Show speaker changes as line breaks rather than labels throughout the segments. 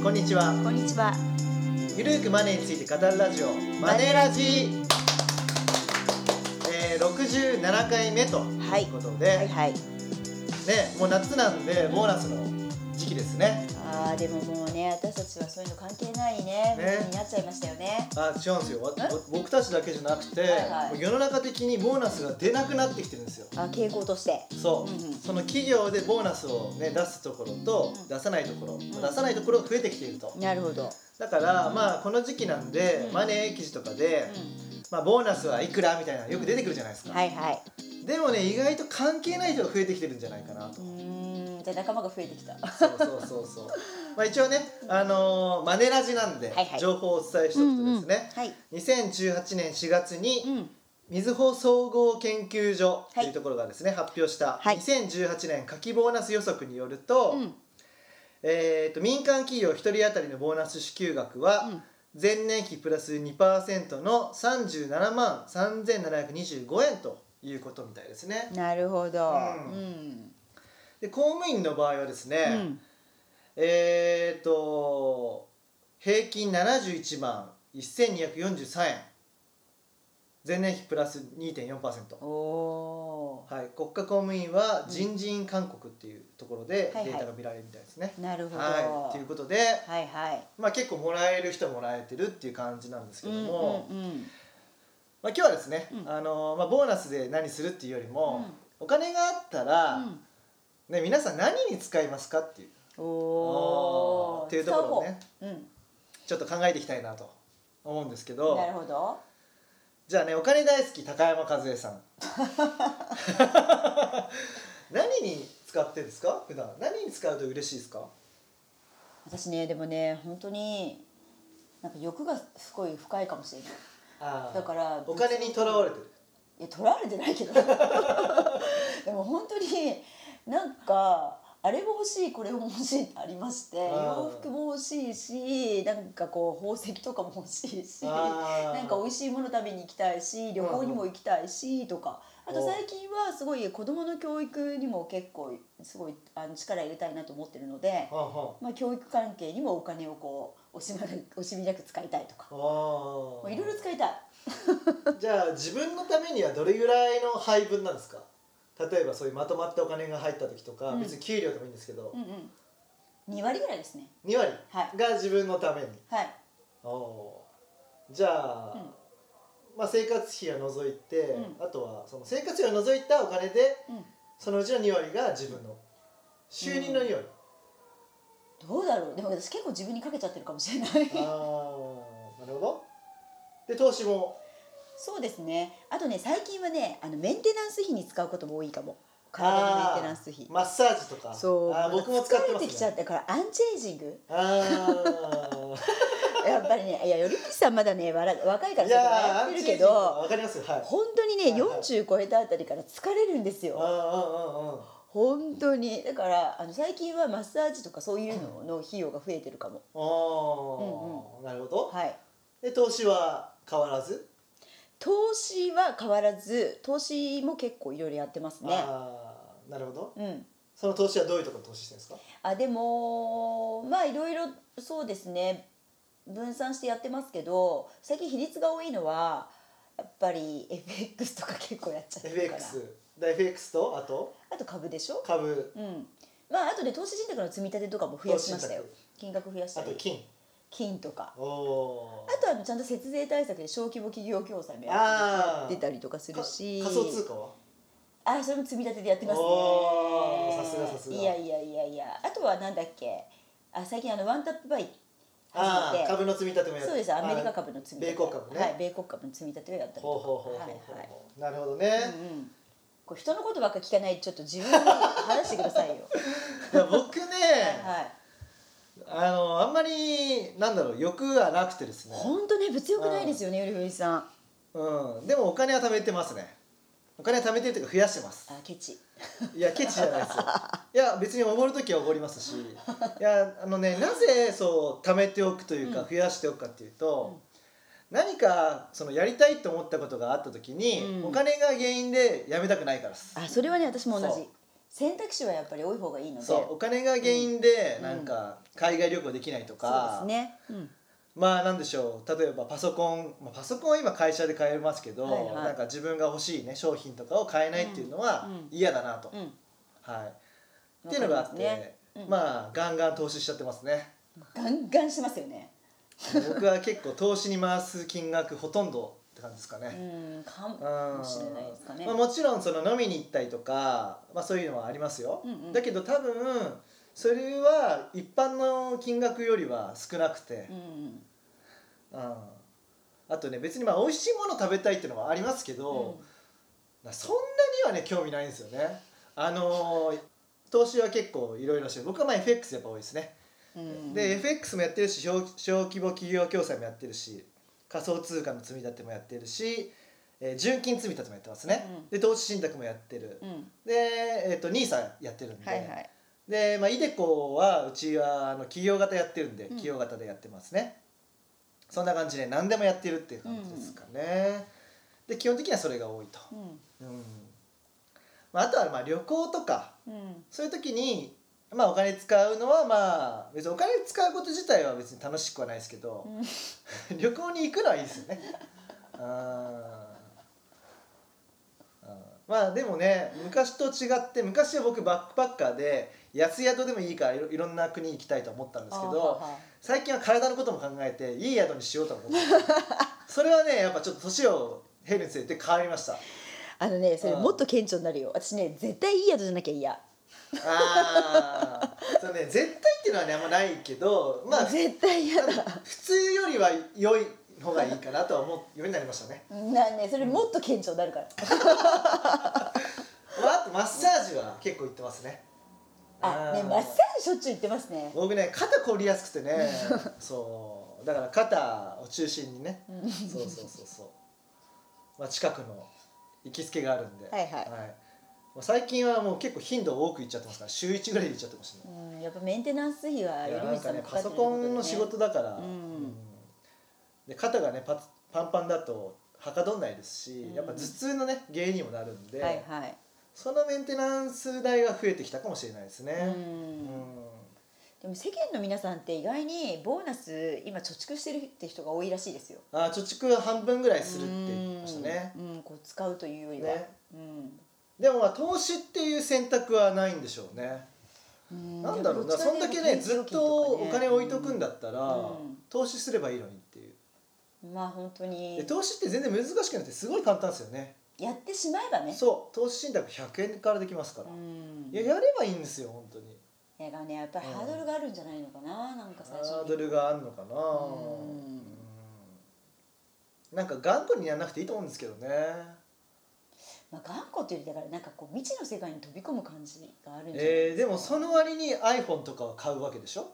こんにちは
こんにちは。
ゆるーくマネーについて語るラジオマネラジえー、67回目と。
はいいう
ことで、
はいはい。
ねもう夏なんでボーナスの時期ですね
ああでももうね私たちはそういうの関係ないね
ね
ものになっちゃいましたよね。
あ違うんですよわ
え
ぼ僕たちだけじゃなくて、
はいはい
もう世の中的にボーナスが出なくなってきてるんですよ
あ傾向として。
そう、
うんうん
その企業でボーナスを、ね、出すところと
うん
出さないところ、
ん
出さないところが増えてきていると
なるほど。
だからまあこの時期なんで、
うん
マネー記事とかで、
う
まあ、ボーナスはいくらみたいなのよく出てくるじゃないです
ん。
か、
はいはい。
でもね意外と関係ない人が増えてきてるんじゃないかな
う
と、
ーんじゃあ仲間が増えてきた。
そうそうそうそう まあ一応ね、あのーマネラジなんで、
はいはい
情報をお伝えしておくとですね、
はい。
2018年4月に、
うん。
みずほ総合研究所と
はい
いうところがですね、発表した
はい
2018年夏季ボーナス予測によると,、
うん。
えー、と民間企業1人当たりのボーナス支給額は、前年比プラス2%の37万3725円ということみたいですね
なるほど。
う
うん。
で公務員の場合はですね、
うん。
えー、と平均71万1243円前年比プラス2.4%
おお
はい、国家公務員は人人勧告っていうところで
はいは
デ
い
ータが見られるみたいですね。
ー。なるほど。
はい、ということで、
はいはい。
まあ、結構もらえる人はもらえてるっていう感じなんですけども、
うんうん
まあ、今日はですね、
うん
あのまあ、ボーナスで何するっていうよりも、
う
お
ん
金があったら、
うん。うん
ね、皆さん何に使いますかっていうあ
おお。
ーっていうところをね
使う方。うん。
ちょっと考えていきたいなと思うんですけど
なるほど。
じゃあねお金大好き高山和恵さん 何に使ってんですか普段何に使うと嬉しいですか
私ねでもね本当になんか欲がすごい深いかもしれない
あー
だから
お金にとらわれてる
いや取られてないけど でも本当になんかあれも欲しいこれも欲しいってありまして
あー
洋服も欲しいしなんかこう宝石とかも欲しいしな
あー
んか美味しいもの食べに行きたいし旅行にも行きたいしとか
う
あ
ん
と最近はすごい子どもの教育にも結構すごいあの力入れたいなと思ってるので。
はんはん
まあ、教育関係にもお金をこう惜しまな惜しみなく使いたいとか
あ
も
ー
ういろいろ使いたい
じゃあ自分のためにはどれぐらいの配分なんですか例えばそういうまとまったお金が入った時とか、
うん
別に給料でもいいんですけど、
うんうん2割ぐらいですね
2割
はい
が自分のために、
はい
おーじゃあ、
うん
まあ、生活費は除いて、
う
あとはその生活費を除いたお金で
うん
そのうちの2割が自分の収入の2割、
どうだろうでも私結構自分にかけちゃってるかもしれない
ああなるほどで投資も
そうですねあとね最近はねあのメンテナンス費に使うことも多いかも体のメンテナンス費
あーマッサージとか
そう
あー僕も使ってま
疲れてき
す
ちゃ
ね
ってからアンチエイジング
あ
やっぱりねいや頼道さんまだねわら若いか
あい
らちょっと
やー
や
ア
っ
ン
て
チエ
る
イジン
け
グ
ど
わかりますはい
本当にね
はいはい
40超えたあたりから疲れるんですよ
あ
本当にだからあの最近はマッサージとかそういうのの費用が増えてるかも、
ああああ、なるほど
はい
で投資は変わらず
投資は変わらず投資も結構いろいろやってますね
ああなるほど
うん
その投資はどういうところに投資してるんですか
あでもまあいろいろそうですね分散してやってますけど最近比率が多いのはやっぱり FX とか結構やっちゃってるから
FX で FX とあと
あと株でしょ
株
うんまああとね投資信託の積み立てとかも増やしましたよ
投資
金額増やし
あ
た
と
り
金
金とか
おお
あとはあのちゃんと節税対策で小規模企業共済も
あ
や
ー
ってたりとかす
か
るし
仮想通貨は
あそれも積み立てでやってますね
おーさすがさすが
いやいやいやいやあとはなんだっけあ最近あのワンタップバイ
あ
始め
あ
て
株の積み立てもやって
そうですアメリカ株の積み立て
米国株ね
はい米国株の積み立てをやったりとか
ほうほうほうほう
はい
ほう
はい
なるほどね、
うんうんこう人のことばっか聞かないちょっと自分に話してくださいよ
いや 僕ね
はい、はい、
あのあんまりなんだろう欲はなくてですね、
本当ね物欲ないですよねよりふりさんあ
うん、でもお金は貯めてますねお金は貯めてるというか増やしてます
ケチ
いやケチじゃない ですよいや別におごる時はおごりますしいやあのねなぜそう貯めておくというか増やしておくかっていうと、何かそのやりたいと思ったことがあった時に、
うん
お金が原因でやめたくないからです
あそれはね私も同
そう
じ選択肢はやっぱり多い方がいいので
そうお金が原因で
うん
なんか海外旅行できないとか、
そうですね、うん
まあなんでしょう例えばパソコン、まあ、パソコンは今会社で買えますけど、
はいはい
なんか自分が欲しい、ね、商品とかを買えないっていうのは
うんうん
嫌だなと、
うん、
はい、っていうのがあってま,、
わかりますねうん
あガンガン投資しちゃってますね
ガンガンしますよね
僕は結構投資に回す金額ほとんどって感じですか
う
ね、
んか
うん
もしれないですかね、
まあ、もちろんその飲みに行ったりとか、まあ、そういうのはありますよ、
うんうん
だけど多分それは一般の金額よりは少なくて
う、ん
うんあとね別にまあ美味しいもの食べたいっていうのはありますけ
う
ど、
ん
まあそんなにはね興味ないんですよねあのー投資は結構いろいろして僕はまあ FX やっぱ多いですね、
うん、
で FX もやってるし小小規模企業共済もやってるし仮想通貨の積み立てもやってるし、えー純金積み立てもやってますね、
うん
で投資信託もやってる、
うん、
で、えー、と NISA やってるんで、
はいはい
で、まあ、イデコはうちはあの企業型やってるんで、
ん
企業型でやってますねそんな感じで何でもやってるっていう感じですかね、で基本的にはそれが多いと、
うん
うんまあ、あとはまあ旅行とか
うん
そういう時に、まあ、お金使うのはまあ別にお金使うこと自体は別に楽しくはないですけど、 旅行に行くのはいいですよ ね。あーあーまあでもね昔と違って昔は僕バックパッカーで安宿でもいいからいろいろんな国行きたいと思ったんですけ
あーは
ど
は
最近は体のことも考えていい宿にしようと思って ますそれはねやっぱちょっと年を経るにつれて変わりました
あのねそれ
うん
もっと顕著になるよ私ね絶対いい宿じゃなきゃ嫌
ああそうね絶対っていうのはねあんまないけどまあ普
絶対嫌だ
通よりは良い方がいいかなとは思うようになりましたね、
なんねそれもっと顕著になるから
まあ、あとマッサージは結構行ってますね
あね
ー
マッサージしょっちゅう行ってますね
僕ね肩こりやすくて ねそうだから肩を中心にねそうそうそうそう、まあ、近くの行きつけがあるんで
はいはい
もう最近はもう結構頻度多く行っちゃってますから週1ぐらいで行っちゃってますね
うんやっぱメンテナンス費はい
や
よ
なんかねパソコンの仕事だから、
うん
で肩がねパツパンパンだとはかどんないですし、
うん
やっぱ頭痛のね原因にもなるんで、
はいはい
そのメンテナンス代が増えてきたかもしれないです
う
ね。うん
んでも世間の皆さんって意外にボーナス今貯蓄してるって人が多いらしいですよ
あー貯蓄は半分ぐらいするって言いましたね。
うんうんこう使うというよりは
ね
うん
でもまあ投資っていう選択はないんでしょうね。
うん
なんだろうな、
で
そ
も
ん
ど
だ
っち
け
かいう
ねずっとお金置いとくんだったら、
うん
投資すればいいのにっていう。
うんまあ本当
で
に
投資って全然難しくなくてすごい簡単ですよね。
やってしまえばね
そう投資信託100円からできますから、
うん
いややればいいんですよ本当に
だからねやっぱりハードルがあるんじゃないのかな、なんか最初
ハードルがあるのかな
うん
うんなんか頑固にやらなくていいと思うんですけどね
まあ、頑固というよりだからなんかこう未知の世界に飛び込む感じがあるんじゃない
えー、でもその割に iPhone とかは買うわけでしょ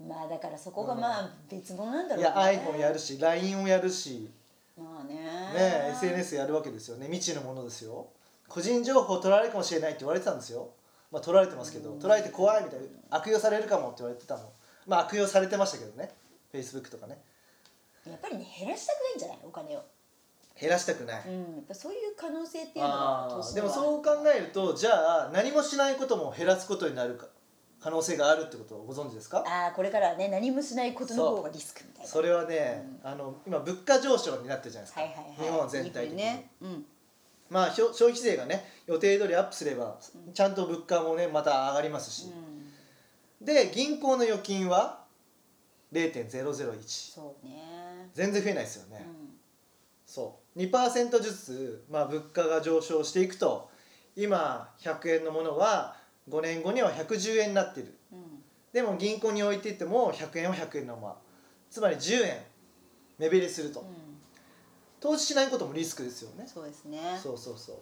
まあだからそこがまあ別物なんだろ
いう
ね、
や iPhone やるし LINE をやるし、
まあね
ね、SNS やるわけですよね未知のものですよ個人情報取られるかもしれないって言われてたんですよまあ取られてますけど取られて怖いみたいな悪用されるかもって言われてたのまあ悪用されてましたけどね Facebook とかね
やっぱりね減らしたくないんじゃないお金を、
減らしたくない、
うん、やっぱそういう可能性っていうのが
あ
投
ー
資
で
に
も
は
そう考えるとじゃあ何もしないことも減らすことになるか可能性があるってことをご存知ですか
あーこれからはね何もしないことの方がリスクみたいな
それはね、あの今物価上昇になってるじゃないですか、
はいはいはい
日本全体的
いい
に、
ねうん
まあひょ消費税がね予定通りアップすればちゃんと物価もねまた上がりますし
う、ん
で銀行の預金は0.001
そうね
全然増えないですよね、
うん
そう2%ずつ、まあ、物価が上昇していくと今100円のものは5年後には110円になってる
うん
でも銀行に置いていっても100円は100円のままつまり10円目減りすると、
う
投資しないこともリスクですよね
ん、そうですね
そうそうそう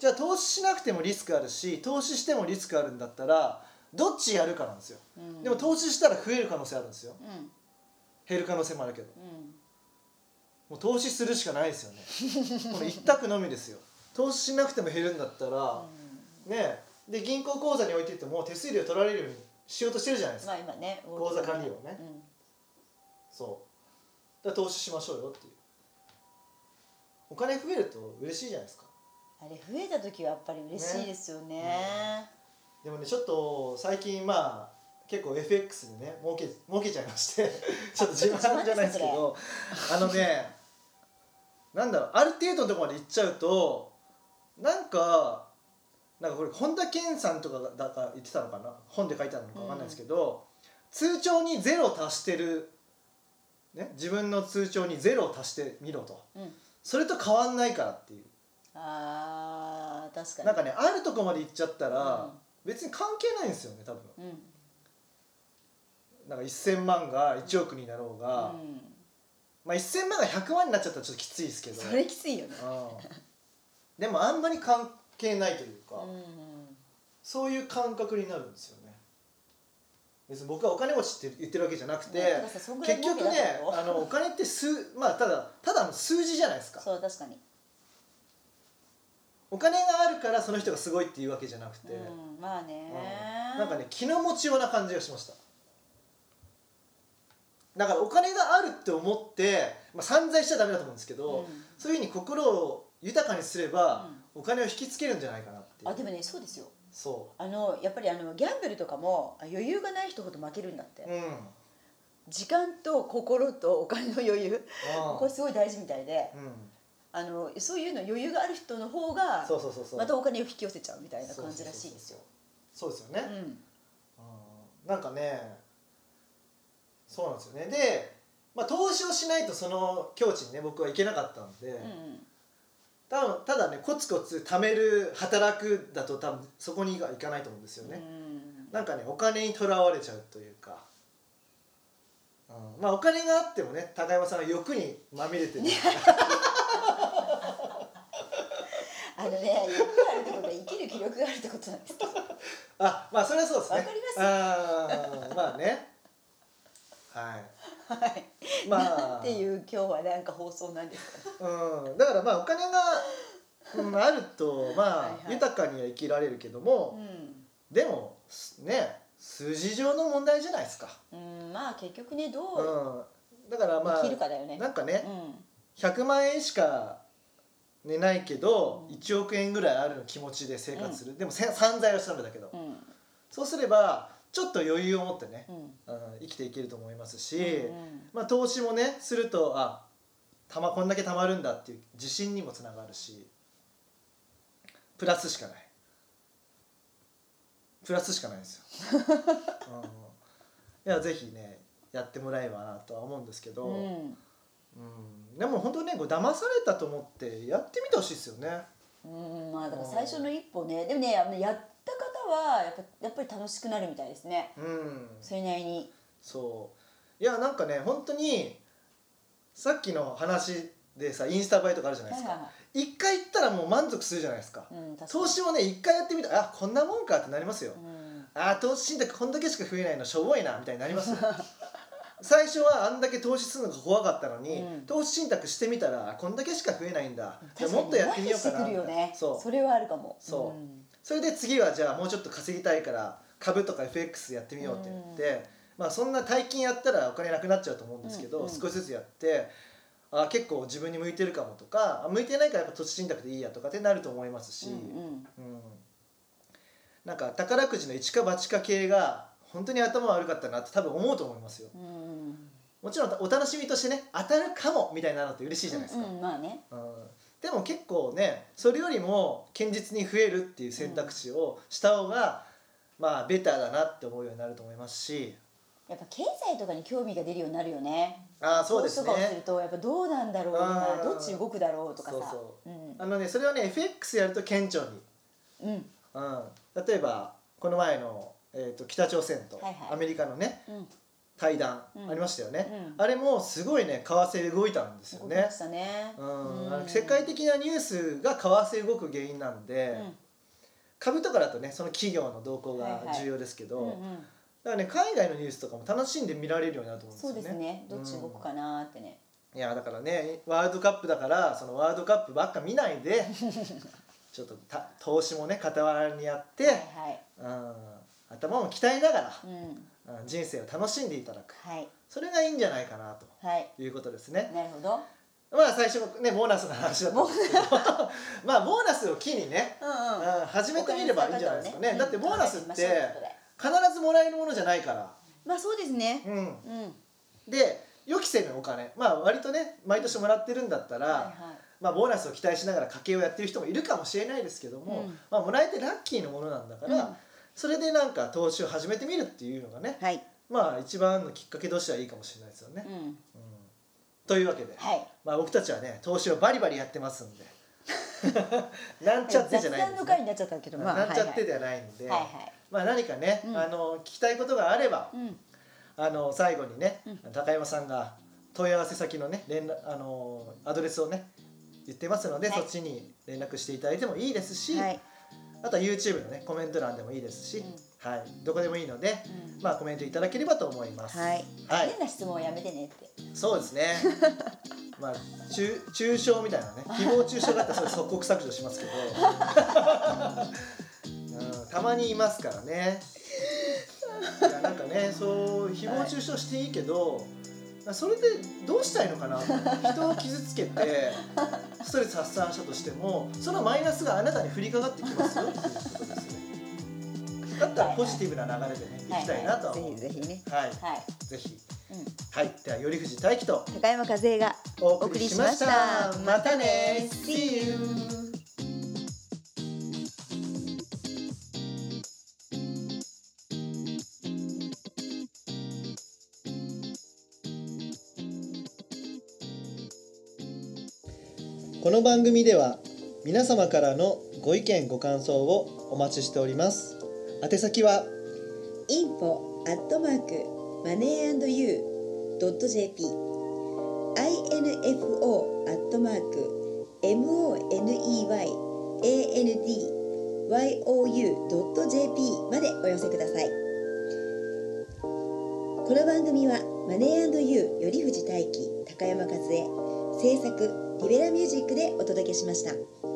じゃあ投資しなくてもリスクあるし投資してもリスクあるんだったらどっちやるかなんですよ、
うん
でも投資したら増える可能性あるんですよ
うん
減る可能性もあるけど
うん
もう投資するしかないです よねこの一択のみですよ投資しなくても減るんだったら、ねえで銀行口座に置いていっても手数料取られるようにしようとしてるじゃないですか、
まあ今ね
口座管理をね
うん
そうだから投資しましょうよっていうお金増えると嬉しいじゃないですか
あれ増えた時はやっぱり嬉しいですよね
ねでもねちょっと最近まあ結構 FX でね儲け儲けちゃいまして ちょっと自慢じゃないですけどあのねなんだろうある程度のところまで行っちゃうとなんかなんかこれ本田健さんとかがだから言ってたのかな本で書いてあるのか分かんないですけど、通帳にゼロ足してる、ね、自分の通帳にゼロを足してみろと
うん
それと変わんないからっていう
あー確かに
なんかねあるとこまで行っちゃったら、
うん
別に関係ないんですよね多分
うん
なんか1000万が1億になろう
う
が、
ん
まあ、1000万が100万になっちゃったらちょっときついですけど
それきついよね
うんでもあんまり関係ないというか、
うんうん
そういう感覚になるんですよね別に僕はお金持ちって言ってるわけじゃなくて、
ね高橋さんそんぐらい
結
儲
局
け
ね
出せるよ
あのお金って数まあただただの数字じゃないですか
そう確かに
お金があるからその人がすごいっていうわけじゃなくて、
うんまあね
うんなんかね気の持ちような感じがしましただからお金があるって思って、まあ、散財しちゃダメだと思うんですけど、
うん
そういうふうに心を豊かにすれば、お金を引きつけるんじゃないかなっていう
あでもねそうですよ
そ
あのやっぱりあのギャンブルとかもあ余裕がない人ほど負けるんだって、
ううん
時間と心とお金の余裕
あ
これすごい大事みたいで
うん
あのそういうの余裕がある人の方が
そうそうそうそう
またお金を引き寄せちゃうみたいな感じらしいですよ。
そうですよね、
うん
うんなんかねそうなんですよねで、まあ、投資をしないとその境地にね僕は行けなかったんで、
うん
多分ただねコツコツ貯める働くだと多分そこにはいかないと思うんです
う
よ
ん
ね、なんかねお金にとらわれちゃうというか、うん、まあお金があってもね高山さんは欲にまみれてる、
あのね欲があるってことは生きる気力があるってことなんですけど
あまあそれはそうですね
わかります
あーまあねは
はい、
いまあ
なんていう今日はなんか放送なんですか
うん、だからまあお金が、うん、あると
はい
ま
は
あ
い
豊かには生きられるけども、
う
でもすね数字上の問題じゃないですか、
ん、うん、まあ結局ねど
う、
うん
だからまあ
生きるかだよね。
なんかね
うん
100万円しか、ね、ないけど、1億円ぐらいある気持ちで生活する、でもせ散財はしたんだけど、
うん
そうすればちょっと余裕を持ってね
う、ん
うん生きていけると思いますし、
うん
まあ、投資もねするとあたまこんだけ貯まるんだっていう自信にもつながるしプラスしかないプラスしかないんですよ、うん、いやぜひねやってもらえばなとは思うんですけど、
うん
うんでも本当ねこう騙されたと思ってやってみてほしいですよね
うんまあだから最初の一歩ねでもねあのやった方はやっぱやっぱり楽しくなるみたいですね
うん
それなりに
そういやなんかね本当にさっきの話でさインスタ映えとかあるじゃないです
はいは
か
いは
一回行ったらもう満足するじゃないですか
うん確かに
投資もね一回やってみたらあこんなもんかってなりますよ
うん
あー投資信託こんだけしか増えないのしょぼいなみたいになりますよ最初はあんだけ投資するのが怖かったのに、
うん
投資信託してみたらこんだけしか増えないんだじゃあ
確かに
もっとやってみようか
麻痺
な
してくるよね
そう
それはあるかも
そうんそれで次はじゃあもうちょっと稼ぎたいから株とか FX やってみようって言って、まあ、そんな大金やったらお金なくなっちゃうと思うんですけど、
うんうん
少しずつやってあ結構自分に向いてるかもとかあ向いてないからやっぱ土地信託でいいやとかってなると思いますし、
うんうん
うんなんか宝くじの一か八か系が本当に頭悪かったなって多分思うと思いますよ。
うん
もちろんお楽しみとしてね当たるかもみたいなのって嬉しいじゃないですか。
うんまあね
うんでも結構ねそれよりも堅実に増えるっていう選択肢をした方が、まあベターだなって思うようになると思いますし
やっぱ経済とかに興味が出るようになるよね
ああそうです
投資とかをする
ね
とやっぱどうなんだろう
う
今
ん
どっち動くだろうとか
そ
さ
うそう
うん
あのねそれはね FX やると顕著に、
うん
うん、例えばこの前の、えー、と北朝鮮と
はいはい
アメリカのね
うん
対談
うん
ありましたよね、
うん
あれもすごいね為替動いたんですよ
動き
ね
ましたね
うん、
う
あ
ん
の世界的なニュースが為替動く原因なんで、
うん
株とかだとねその企業の動向が重要ですけど、
うんうん
だからね海外のニュースとかも楽しんで見られるようになると思
そう
うん
で
です
す
よね。
ねどっち動くかなってね
いやだからねワールドカップだからそのワールドカップばっか見ない でちょっとた投資もね傍らにやって、
はい
うん、頭も鍛えなが
はいうん
ら、うん、人生を楽しんでいただく
はい
それがいいんじゃないかな
はい
ということですね。
なるほど。
はまあ最初のねボーナスの話だったんですけど まあボーナスを機にね、
うん
うん、
うん
始めてみればいいんじゃないですかねだってボーナスって
考えましょう後で
必ずもらえるものじゃないから、
まあそうですね
うん、
うん、はい
で予期せぬお金まあ割とね毎年もらってるんだったら、
はい
まあ、ボーナスを期待しながら家計をやってる人もいるかもしれないですけども、
うん
まあ、もらえてラッキーなものなんだから、
うん
それでなんか投資を始めてみるっていうのがね、
はい、
まあ一番のきっかけとしてはいいかもしれないですよね
う。ん、
うんというわけで、
はい
まあ、僕たちはね投資をバリバリやってますん でなんちゃってじゃ
雑
ないんで
談の
す、
回
ね
になっちゃったけどま
な
あ
んちゃって
はい
ではないんで、
はいはい
まあ、何かね、
うん
あの聞きたいことがあれば、
はいうん
あの最後にね、
うん
高山さんが問い合わせ先のね連絡あのアドレスをね言ってますので、
はい
そっちに連絡していただいてもいいですし、
はい
あとは YouTube のねコメント欄でもいいですし、
う
はい、どこでもいいので、
うん
まあコメントいただければと思います。
はい
はい
変な質問はやめてねって
そうですね。まあ中中傷みたいなね誹謗中傷だったらそれ即刻削除しますけど、うん、たまにいますからね。いやなんかねそう誹謗中傷していいけど、まあそれでどうしたいのかな。人を傷つけてストレス発散したとしてもそのマイナスがあなたに降りかかってきますよっていうことですよね。だったらポジティブな流れでねいきたいなとは
は
思う。
い、ぜひぜひね
はい、
はい、
ぜひ。
うん、
はい、では頼藤大樹と。
高山和恵が
お送りしました。またね。See you.「この番組では皆様からのご意見ご感想をお待ちしております宛先は
info at mark moneyandyou.jp info at mark moneyandyou.jp までお寄せくださいこの番組はマネーユー頼藤大輝高山和恵制作リベラミュージックでお届けしました。